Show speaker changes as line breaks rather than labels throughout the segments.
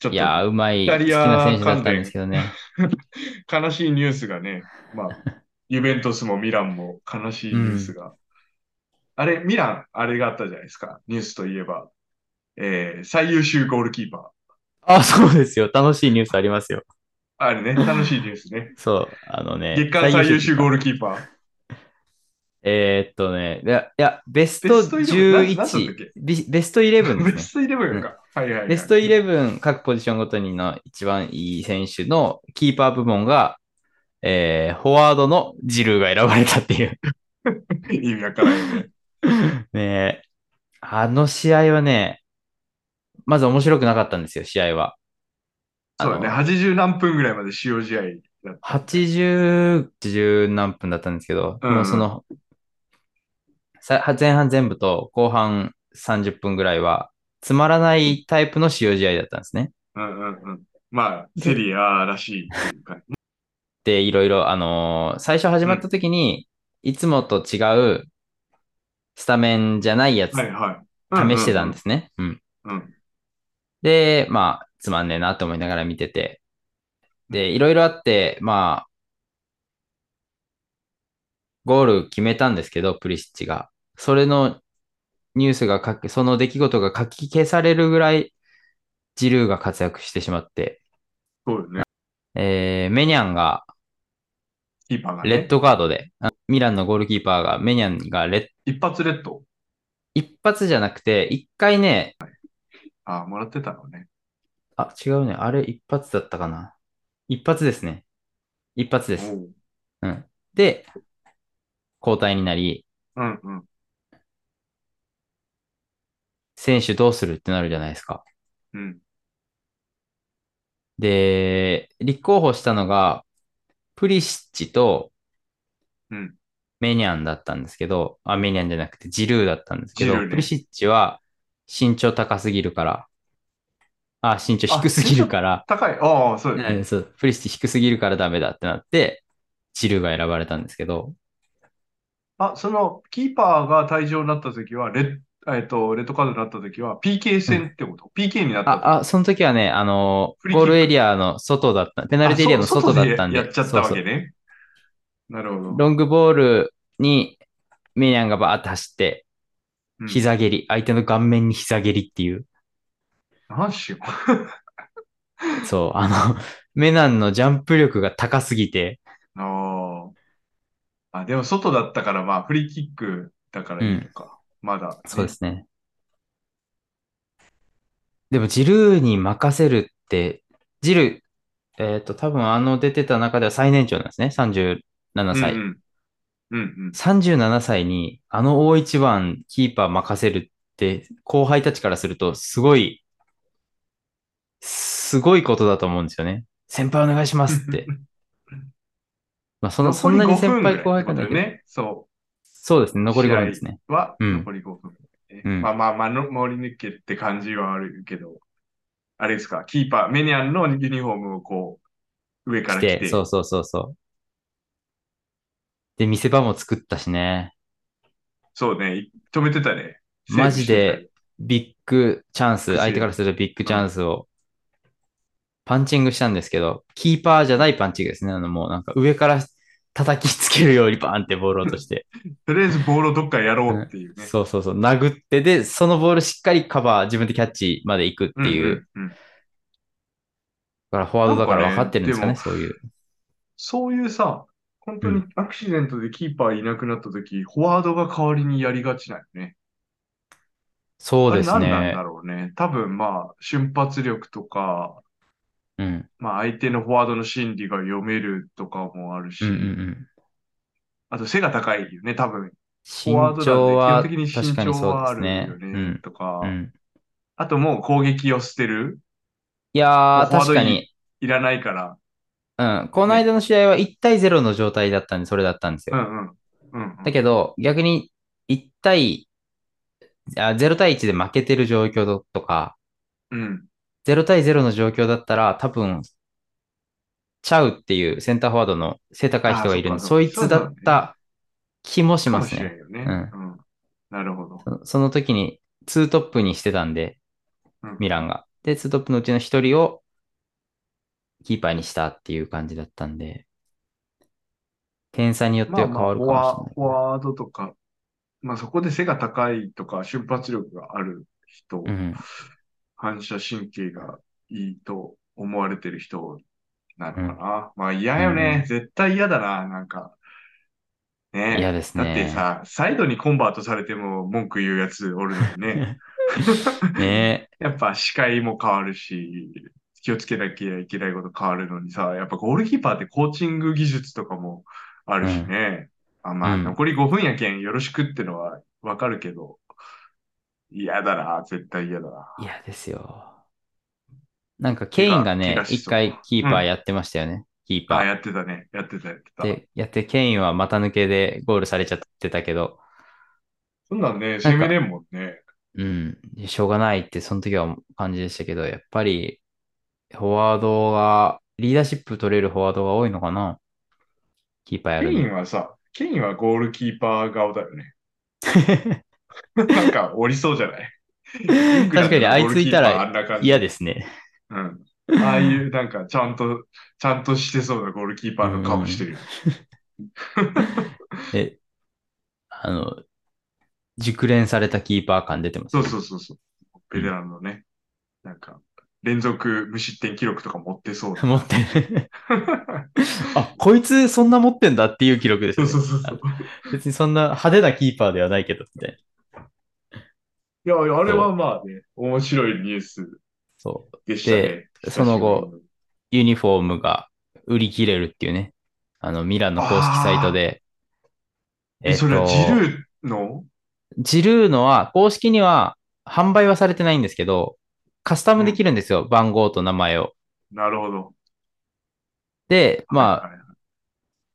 ちょっ
いやー、うまい、好きな選手だったんですけどね。
と悲しいニュースがね、 まあ、ユベントスもミランも悲しいニュースが。あれ、ミラン、あれがあったじゃないですか、ニュースといえば。えー最優秀ゴールキーパ
あ、そうですよ。楽しいニュースありますよ。
ー。あれ ね、楽しいニュースね。
そう、あのね。
月間最優秀ゴー
ル。
ルキーパー。
えーっとね、いや、いやベスト
ベスト11ななんだったっ
11
け、
ビベスト11で す
ベ
ね。
ストイレブンか。はいはいはい。
ベスト11、各ポジションごとにの一番いい選手のキーパー部門が、えー、フォワードのジルーが選ばれたっていう。
意味わからんよね。
ねえあの試合はね、まず面白くなかったんですよ、試合は。 あ
そう
の
だね、80何分ぐらいまで使用試合だった。
80、80何分だったんですけど、
うん
もうその、さ前半全部と後半30分ぐらいは、つまらないタイプの使用試合だったんですね。
うんうんうん。まあ、セリアらしいっていう感じ。
で、いろいろ、あのー最初始まった時に、いつもと違う、スタメンじゃないや つ、
はいはい。。
試してたんですすね。うん。
うん
で、まあ、つまんねえなと思いながら見てて。で、いろいろあって、まあ、ゴール決めたんですけど、プリシッチが。それのニュースが書き、その出来事が書き消されるぐらい、ジルーが活躍してしまって、
そうよね。
えーメニャンが
キーパーが、ね。
レッドカードで、あミランのゴールキーパーが、メニャンがレッ
一発レッド。
一発じゃなくて、一回ね、
ああ、もらってたのね。
あ、違うね、あれ一発だったかな。一発ですね。一発です。
おう
で、交代になり、
うんうん。
選手どうするってなるじゃないですか。
うん。
で、立候補したのが、プリシッチと
うん。
メニャンだったんですけど、あ、メニャンじゃなくてジルーだったんですけど、
ジルーね
プリシッチは身長高すぎるから、あ、身長低すぎるから、
高い。ああ、そうよね。
うんそう、プリシッチ低すぎるからダメだってなって、ジルーが選ばれたんですけど、
あ、その、キーパーが退場になった時は、レッ、えっと、レッドカードになった時は、PK 戦ってこと、?PK になった時
あ、あ、その時はね、あの
フリーキック
ゴールエリアの外だった、ペナルティーエリアの
あそう
外だったんで、
やっちゃっ
そ
た
う
わ
そう
けね。なるほど。
ロングボールにメニャンがバーって走って、
うん
膝蹴り、相手の顔面に膝蹴りっていう、
何しよう。
そう、あの、 メナンのジャンプ力が高すぎて、
ああ。あ、でも外だったから、まあ、フリーキックだからいいのか。まだ、
そうですね。でも、ジルーに任せるって、ジルー、えっ、と、多分あの出てた中では最年長なんですね、37歳。
うんうん。うんうん。
37歳にあの大一番キーパー任せるって後輩たちからするとすごい、すごいことだと思うんですよね。先輩お願いしますって。まあそのそんなに先輩後輩
か
かないけど、
ね。そ
そうですね、残り5分ですね。
う。は、
うん
残り5分、ね
うん
まあまあ、まあ、守り抜けって感じはあるけど、あれですか、キーパー、メニャンのユニフォームをこう、上から
来
着
て
て、
そうそうそうそう。で、見せ場も作ったしね、
そうね、止めてたね。
マジ
セ
で
ーブして
ビッグチャンス、
難しい
相手からするとビッグチャンスをパンチングしたんですけど、キーパーじゃないパンチングですね。あのもうなんか上から叩きつけるようにバーンってボールを落として。
た。とりあえずボールをどっかやろうっていう ね。
そうそうそう、殴って、で、そのボールしっかりカバー、自分でキャッチまで行くって
んん
いう、
うん
だからフォワードだから
なんかね
分かってるんですかね、
で
そういう。
そういうさ、本当
う
にアクシデントでキーパーいなくなった時フォワードが代わりにやりがちなんよね。
そうです
あれ何なん
ね
だ。ろうね。多分まあ、瞬発力とか、
うん。
まあ相手のフォワードの心理が読めるとかもあるし、
うんうんうん。
あと背が高いよね、多分。フォ
身
ワー
長
ドなん
は
で、基本的に
確
身
かに
長
そう
はあ
です
る
ね。
よ
う
ね、
ん。
とか、
うん、
あともう攻撃を捨てる、
いやー、
フォワード
確かに、
いらないから、
うん。この間の試合は1対0の状態だったんで、それだったんです
う
よ。
んうん。うんうん
だけど、逆に1対、あ0対1で負けてる状況とか、
うん。
0対0の状況だったら、多分、チャウっていうセンターフォワードの背高い人がいるん
あ
で、
そっか
そいつだった気もし
か
ま
も
す
しれ
ね。
んよね。
う
うん。なるほど。
その時に、ツートップにしてたんで
うん、
ミランが。で、ツートップのうちの一人をキーパーにしたっていう感じだったんで、点差によっては変わるかもしれない。
フォワードとか、まあそこで背が高いとか、瞬発力がある人、
うん、
反射神経がいいと思われてる人なのかな。まあ嫌よね、
うん
絶対嫌だな、なんか。ね
嫌ですね
だってさ、サイドにコンバートされても文句言うやつおるのに ね。
ね
やっぱ視界も変わるし、気をつけなきゃいけないこと変わるのにさ、やっぱゴールキーパーってコーチング技術とかもあるしね。あまあ、
うん
残り5分やけんよろしくってのはわかるけど、嫌だな、絶対嫌だな。
嫌ですよ。なんか、ケインがね
怪我、し
一
そう
回キーパーやってましたよね。キーパ
あ、
ー。
やってたね。やってた、やってた。
で、やって、ケインは股抜けでゴールされちゃってたけど、
そんなんね、攻めれんもんね。
うん、しょうがないって、その時は感じでしたけど、やっぱり、フォワードが、リーダーシップ取れるフォワードが多いのかなキーパーや
ケ
る
イ
の
ンはさ、ケインはゴールキーパー顔だよ ね。なんか、おりそうじゃない
確かに、あい
ゴ
ついた
ールキーパーあん
ら
な感じ
嫌ですね。
うん。 ああいう、なんか、ちゃんと、ちゃんとしてそうなゴールキーパーの顔してるよ。
え、あの、熟練されたキーパー感出てます
そ
ね。
うそうそうそう。ベテランのね、なんか、連続無失点記録とか持ってそうな。
持ってる。あ、こいつそんな持ってんだっていう記録です
そう
ね。
そうそう そう。
別にそんな派手なキーパーではないけど、みたいな。
いや、あれはまあね、面白いニュース
そう。
でしたね。
でその後ユニフォームが売り切れるっていうね。あの、ミランの公式サイトで。
久しぶりに。それはジルーの
ジルーノは、公式には販売はされてないんですけど、カスタムできるんですよ。番号と名前を。
なるほど。
で、まあ、
はいはいはい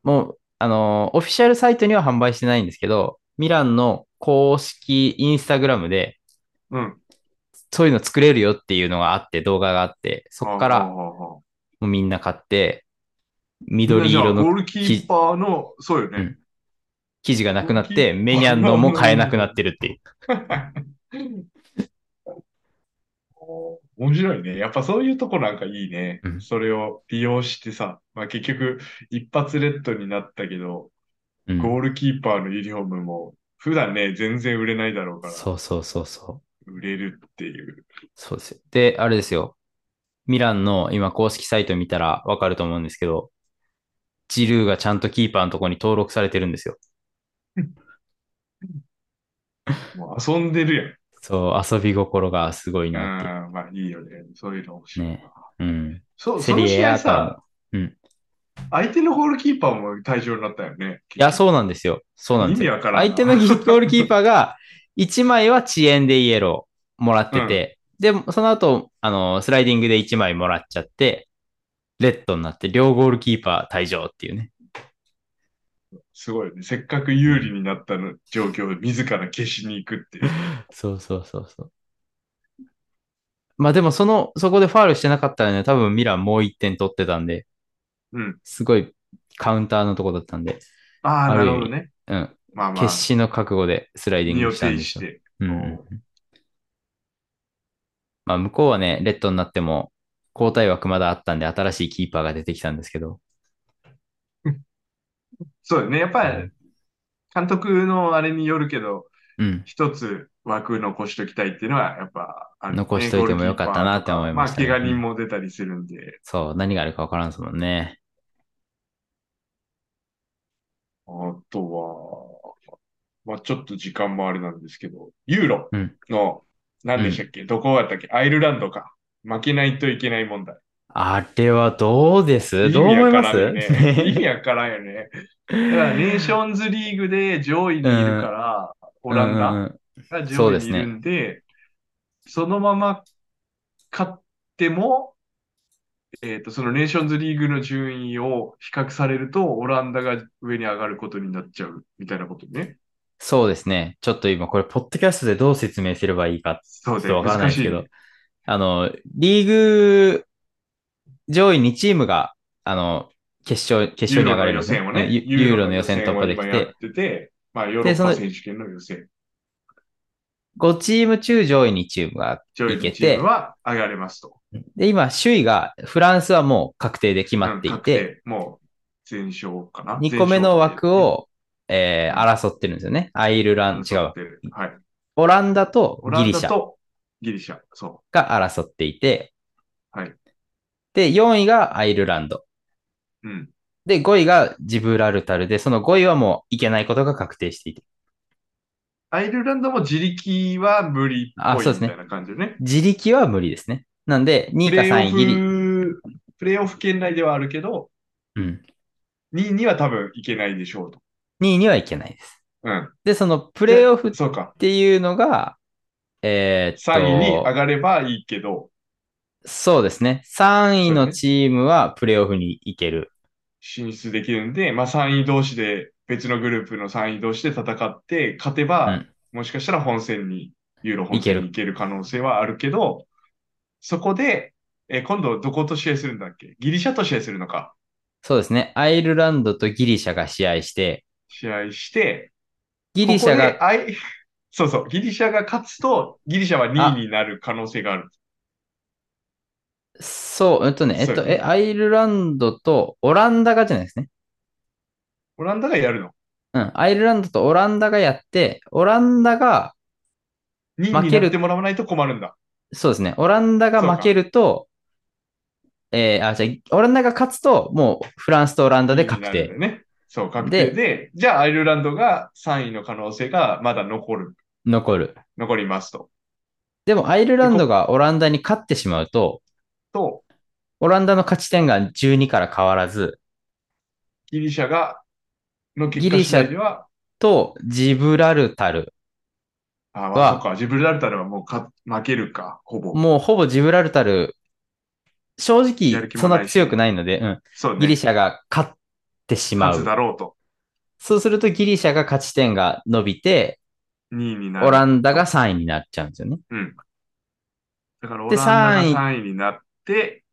もう、あのーオフィシャルサイトには販売してないんですけど、ミランの公式インスタグラムで、
うん。
そういうの作れるよっていうのがあって、動画があって、そこ
あ
か
あ
ら
あ
も
あああ
うみんな買って、緑色
じゃあゴー
の
ルキーパーの、そうよね。
生地がなくなっ
ゴール
て、
キーパー
メニャンのも買えなくなってるっていう。
面白いね。やっぱそういうとこなんかいいね。
うん
それを利用してさ、まあ、結局一発レッドになったけど、
うん
ゴールキーパーのユニフォームも普段ね、全然売れないだろうから、
そうそうそうそう。
売れるっていう。
そうですよ。で、あれですよ。ミランの今公式サイト見たらわかると思うんですけど、ジルーがちゃんとキーパーのとこに登録されてるんですよ。
もう遊んでる
そう、遊び心がすごい
や
なってい
ん。うん、まあいいよね。そういうの面白いな。
ねう。うん。
そう、
セ
その
リ
試
エ
合
アから
さ
も、
相手のゴールキーパーも退場になったよね。
いや、そうなんですよ。そうなんです
意味
よ
わ。からんな
相手のギゴールキーパーが、1枚は遅延でイエローもらってて、で、その後、あの、スライディングで1枚もらっちゃって、レッドになって、両ゴールキーパー退場っていうね。
すごいよね。せっかく有利になったの状況を自ら消しに行くって いう。
そうそうそうそう。まあでも、その、そこでファールしてなかったらね、多分ミランもう1点取ってたんで、
うん。
すごいカウンターのとこだったんで、
ああ、
あ
な
る意
る
味
ほどね。
うん。
まあまあ
決、死の覚悟でスライディン
身を
グしたん
挺
でし
し
ょう。
て。
うんうんうん。まあ、向こうはね、レッドになっても、交代枠まだあったんで、新しいキーパーが出てきたんですけど。
そうだね。やっぱり、監督のあれによるけど、
うん。
一つ枠残しときたいっていうのは、やっぱあるね、
残しといてもよかったなって思いましたね
ゴールキーパーとかまあ、怪我人も出たりするんで、
そう、何があるかわからんですもんね。
あとは、まあ、ちょっと時間もあれなんですけど、ユーロの、何でしたっけ、どこだったっけアイルランドか。負けないといけない問題。
あれはどうですどう
意味
思い
わ
ま
か
す
らんよ ね、意味わからんよね。だからネーションズリーグで上位にいるから、オランダ。
うんうん
が
そう
上位
で
に
す
い
ね
るんで、そのまま勝っても、えっ、と、そのネーションズリーグの順位を比較されると、オランダが上に上がることになっちゃうみたいなことね。
そうですね。ちょっと今、これ、ポッドキャストでどう説明すればいいか、
そう
ちょ
で
っと
す
わからないですけ
難
ど
しいね、
あの、リーグ上位2チームが、あの、決勝、決勝に上がれるんです、
ユーロの予選をね。
ユユーロの予選突破でき
ユーロの予選を
て
今やっ、てて、まあ、ヨーロッ
その
パ選手権の予選。
5チーム中上位2チームが
上位
いけ
のチー
て
ム、は上がれますと。
で、今、首位が、フランスはもう確定で決まってい
うん
て、、
確定もう全勝かな。
2個目の枠を、えー
うん
争ってるんですよね。アイルラ
全
ン、違
勝
う
っ。ていう、はい。
オランダと
オラ
ギ
ン
リ
ダ
シャ
とギリシャ。そ
が争っていて、
はい
で、4位がアイルランド。
う。うん。
で、5位がジブラルタルで、その5位はもういけないことが確定していて。
アイルランドも自力は無理っ
あ
ぽい
そうですね
みたいな感じでね。
自力は無理ですね。なんで、2
プ
位か
レ
3
ー
位
オ
ギリ。
フ、プレーオフ圏内ではあるけど、
うん。
2位には多分いけないでしょうと。
2位にはいけないです。
うん。
で、そのプレイオフっ
そうか。
ていうのが、えーっと、
3位に上がればいいけど、
そうですね。3位のチームはプレイオフに行ける。
進出できるんで、まあ3位同士で、別のグループの3位同士で戦って、勝てば、
うん
もしかしたら本戦に、ユーロ本戦に行ける可能性はあるけど、そこで、えー今度どこと試合するんだっけギリシャと試合するのか。
そうですね。アイルランドとギリシャが試合して、
試合して、
ギリシャ
ここで
が、
あいそうそう、ギリシャが勝つと、ギリシャは2位になる可能性がある。
そう、えっとね、えっ
そ
と、
う
え、アイルランドとオランダがじゃないですね。
オランダがやるの。
うん、アイルランドとオランダがやって、オランダが、
2位
負
に
け
な
る
ってもらわないと困るんだ。
そうですね、オランダが
そうか
負けると、えーあ、じゃあオランダが勝つと、もうフランスとオランダで確
2位にな
定
るんだよね。そう、確定でじゃあアイルランドが3位の可能性がまだ残る、
残る。
残りますと。
でも、アイルランドがオランダに勝ってしまうと、
と、
オランダの勝ち点が12から変わらず、
ギリシャが、の結
ギ
果
リ
次
シャ
第では、
と、ジブラルタル。
あ、ま
は
あ、そっか、ジブラルタルはもうか負けるか、ほぼ。
もうほぼジブラルタル、正
や
直
る気
そ
も
ん
ないし
な強くないので、うん
そうね。
ギリシャが勝ってしま
勝つ
う。
だろうと。
そうするとギリシャが勝ち点が伸びて、
2位になる。
オランダが3位になっちゃうんですよね。
うん。だから、オ
で
ランダが
三
3位になって、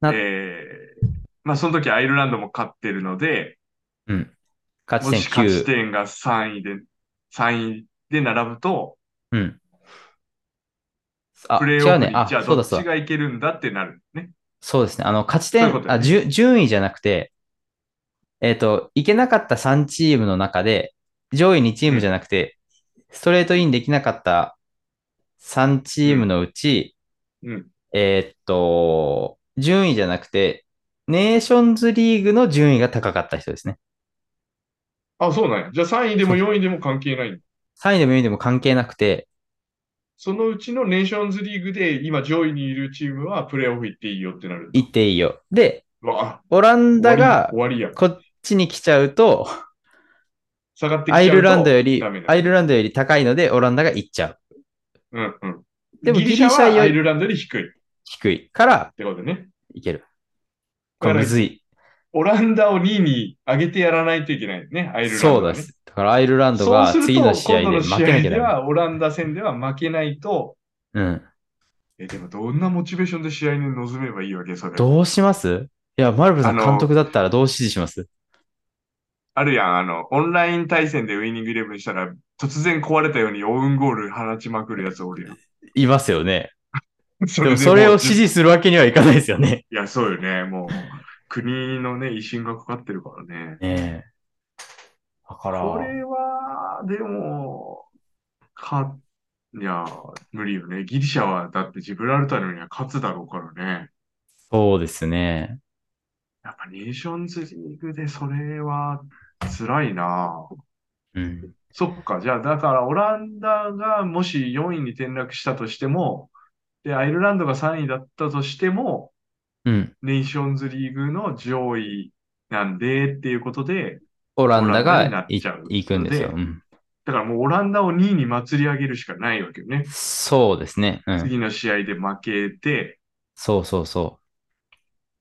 な
えー、まあ、その時アイルランドも勝ってるので、
うん。勝ち
も
点
し勝ち
9。
点が3位で、3位で並ぶと、
うん。あ、
プレー
違
オ
う
フに、
ね。あ
じゃ、あ
そう
ど
だ
っ
そう
ち
だ。
がいけるんだってなるね。
そうですね。あの、勝ち点、
そういうことだ
あ
ね
じゅ順位じゃなくて、えっ、と、いけなかった3チームの中で、上位2チームじゃなくて、ストレートインできなかった3チームのうち、
うん。
えーっと、順位じゃなくて、ネーションズリーグの順位が高かった人ですね。
あ、そうなんや。じゃあ3位でも
そう
4位でも関係ない。
3位でも4位でも関係なくて、
そのうちのネーションズリーグで今上位にいるチームはプレーオフ行っていいよってなる。
行っていいよ。で、
わあ、
オラン
終わ
ダ
りや
が
終わりや。
こっちに来ちゃうと、
下がってきちゃ
ア
う
イ
と
ルランドより
ダメ、だ
アイルランドより高いので、オランダが行っちゃう。
うんうん。
でも
ギリシャ
ギリシャより
はアイルランドより低いっ
低いから、
てことね。
いける。こ
だ
れ
から
むずい。
オランダを2位に上げてやらないといけないね、アイルランド、
そうだ。す。だからアイルランド
そう
が
すると
次の試合
今度
で
の試
負けな
合
きゃ
で
ダ
はオランダ戦では負けないと、
メ。うん。
えでもどんなモチベーションで試合に臨めばいいわけそれ。
どうしますいや、マルブさん
あの
監督だったらどう指示します
あるやん、あの、オンライン対戦でウイニングイレブンしたら、突然壊れたようにオウンゴール放ちまくるやつおるやん。
いますよね。
そ
で
で
もそれ
も
を
う
指示するわけにはいかないですよね。
いや、そうよね。もう、国のね、威信がかかってるからね。
ねえ。だから、
これは、でも、か、いや、無理よね。ギリシャは、だってジブラルタルには勝つだろうからね。
そうですね。
やっぱネーションズリーグでそれは辛いな
うん。
そっか。じゃあ、だから、オランダがもし4位に転落したとしても、で、アイルランドが3位だったとしても、
うん。
ネーションズリーグの上位なんでっていうことで、
オランダ
オランダになっ
がい
ちゃう
行くんですよ。
で
うん
だからもうオランダを2位に祭り上げるしかないわけよね。
そうですね。うん。
次の試合で負けて、
そうそうそ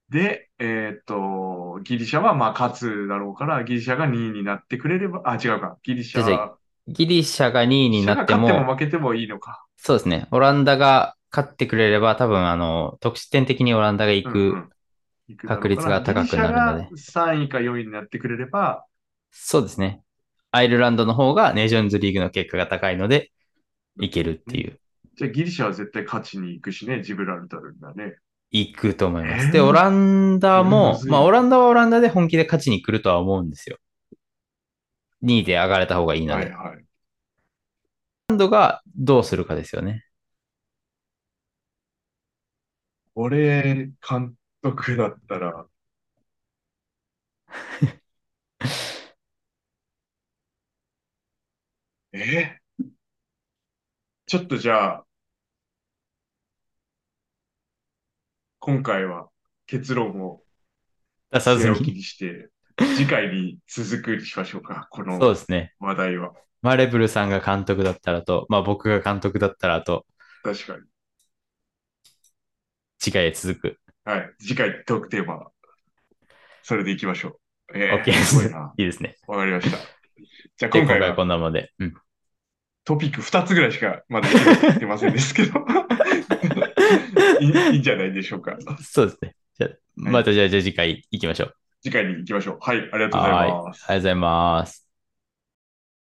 で、えーっと、ギリシャはまあ勝つだろうから、ギリシャが2位になってくれれば、あ、違うか。ギリシャ
じゃ
は、
う。ギリシャが2位になって
ギリシャが勝っても
も、
負けてもいいのか。
そうですね。オランダが勝ってくれれば、多分、あの、得失点的にオランダが行
うんう
く
んいくだろう
確率が高くなるので
ギリシャが3位か4位になってくれれば、
そうですね。アイルランドの方がネーションズリーグの結果が高いので、いけるっていう。
じゃあギリシャは絶対勝ちに行くしね、ジブラルタルがね。
行くと思いま
え
す。
ー
で、オランダ
む
も、
ずい
まあ、オランダはオランダで本気で勝ちに来るとは思うんですよ。2位で上がれた方がいいの
は
で。
いはい。
どうするかですよね。
俺、監督だった ら、えちょっとじゃあ、今回は結論を
出さず
前置き
に。
にして、次回に続くにしましょうか、こ
そう
の
ですね。
話題は。
マレブルさんが監督だったらと、まあ僕が監督だったらと、
確かに。
次回へ続く。
はい。次回トークテーマ、それでいきましょう。えー
OK です
ごい
す
な。。
いいですね。
わかりました。じゃあ今
で、
回
今回
は
はこんなもんで。うん。
トピック2つぐらいしかまだ言ってませんですけどいい、いいんじゃないでしょうか。
そうですね。じゃあ、またじゃあ、じゃあ次回行きましょう。
次回に行きましょう。はい、ありがとうござい
はい。あり
ま
が
す。
とうございます。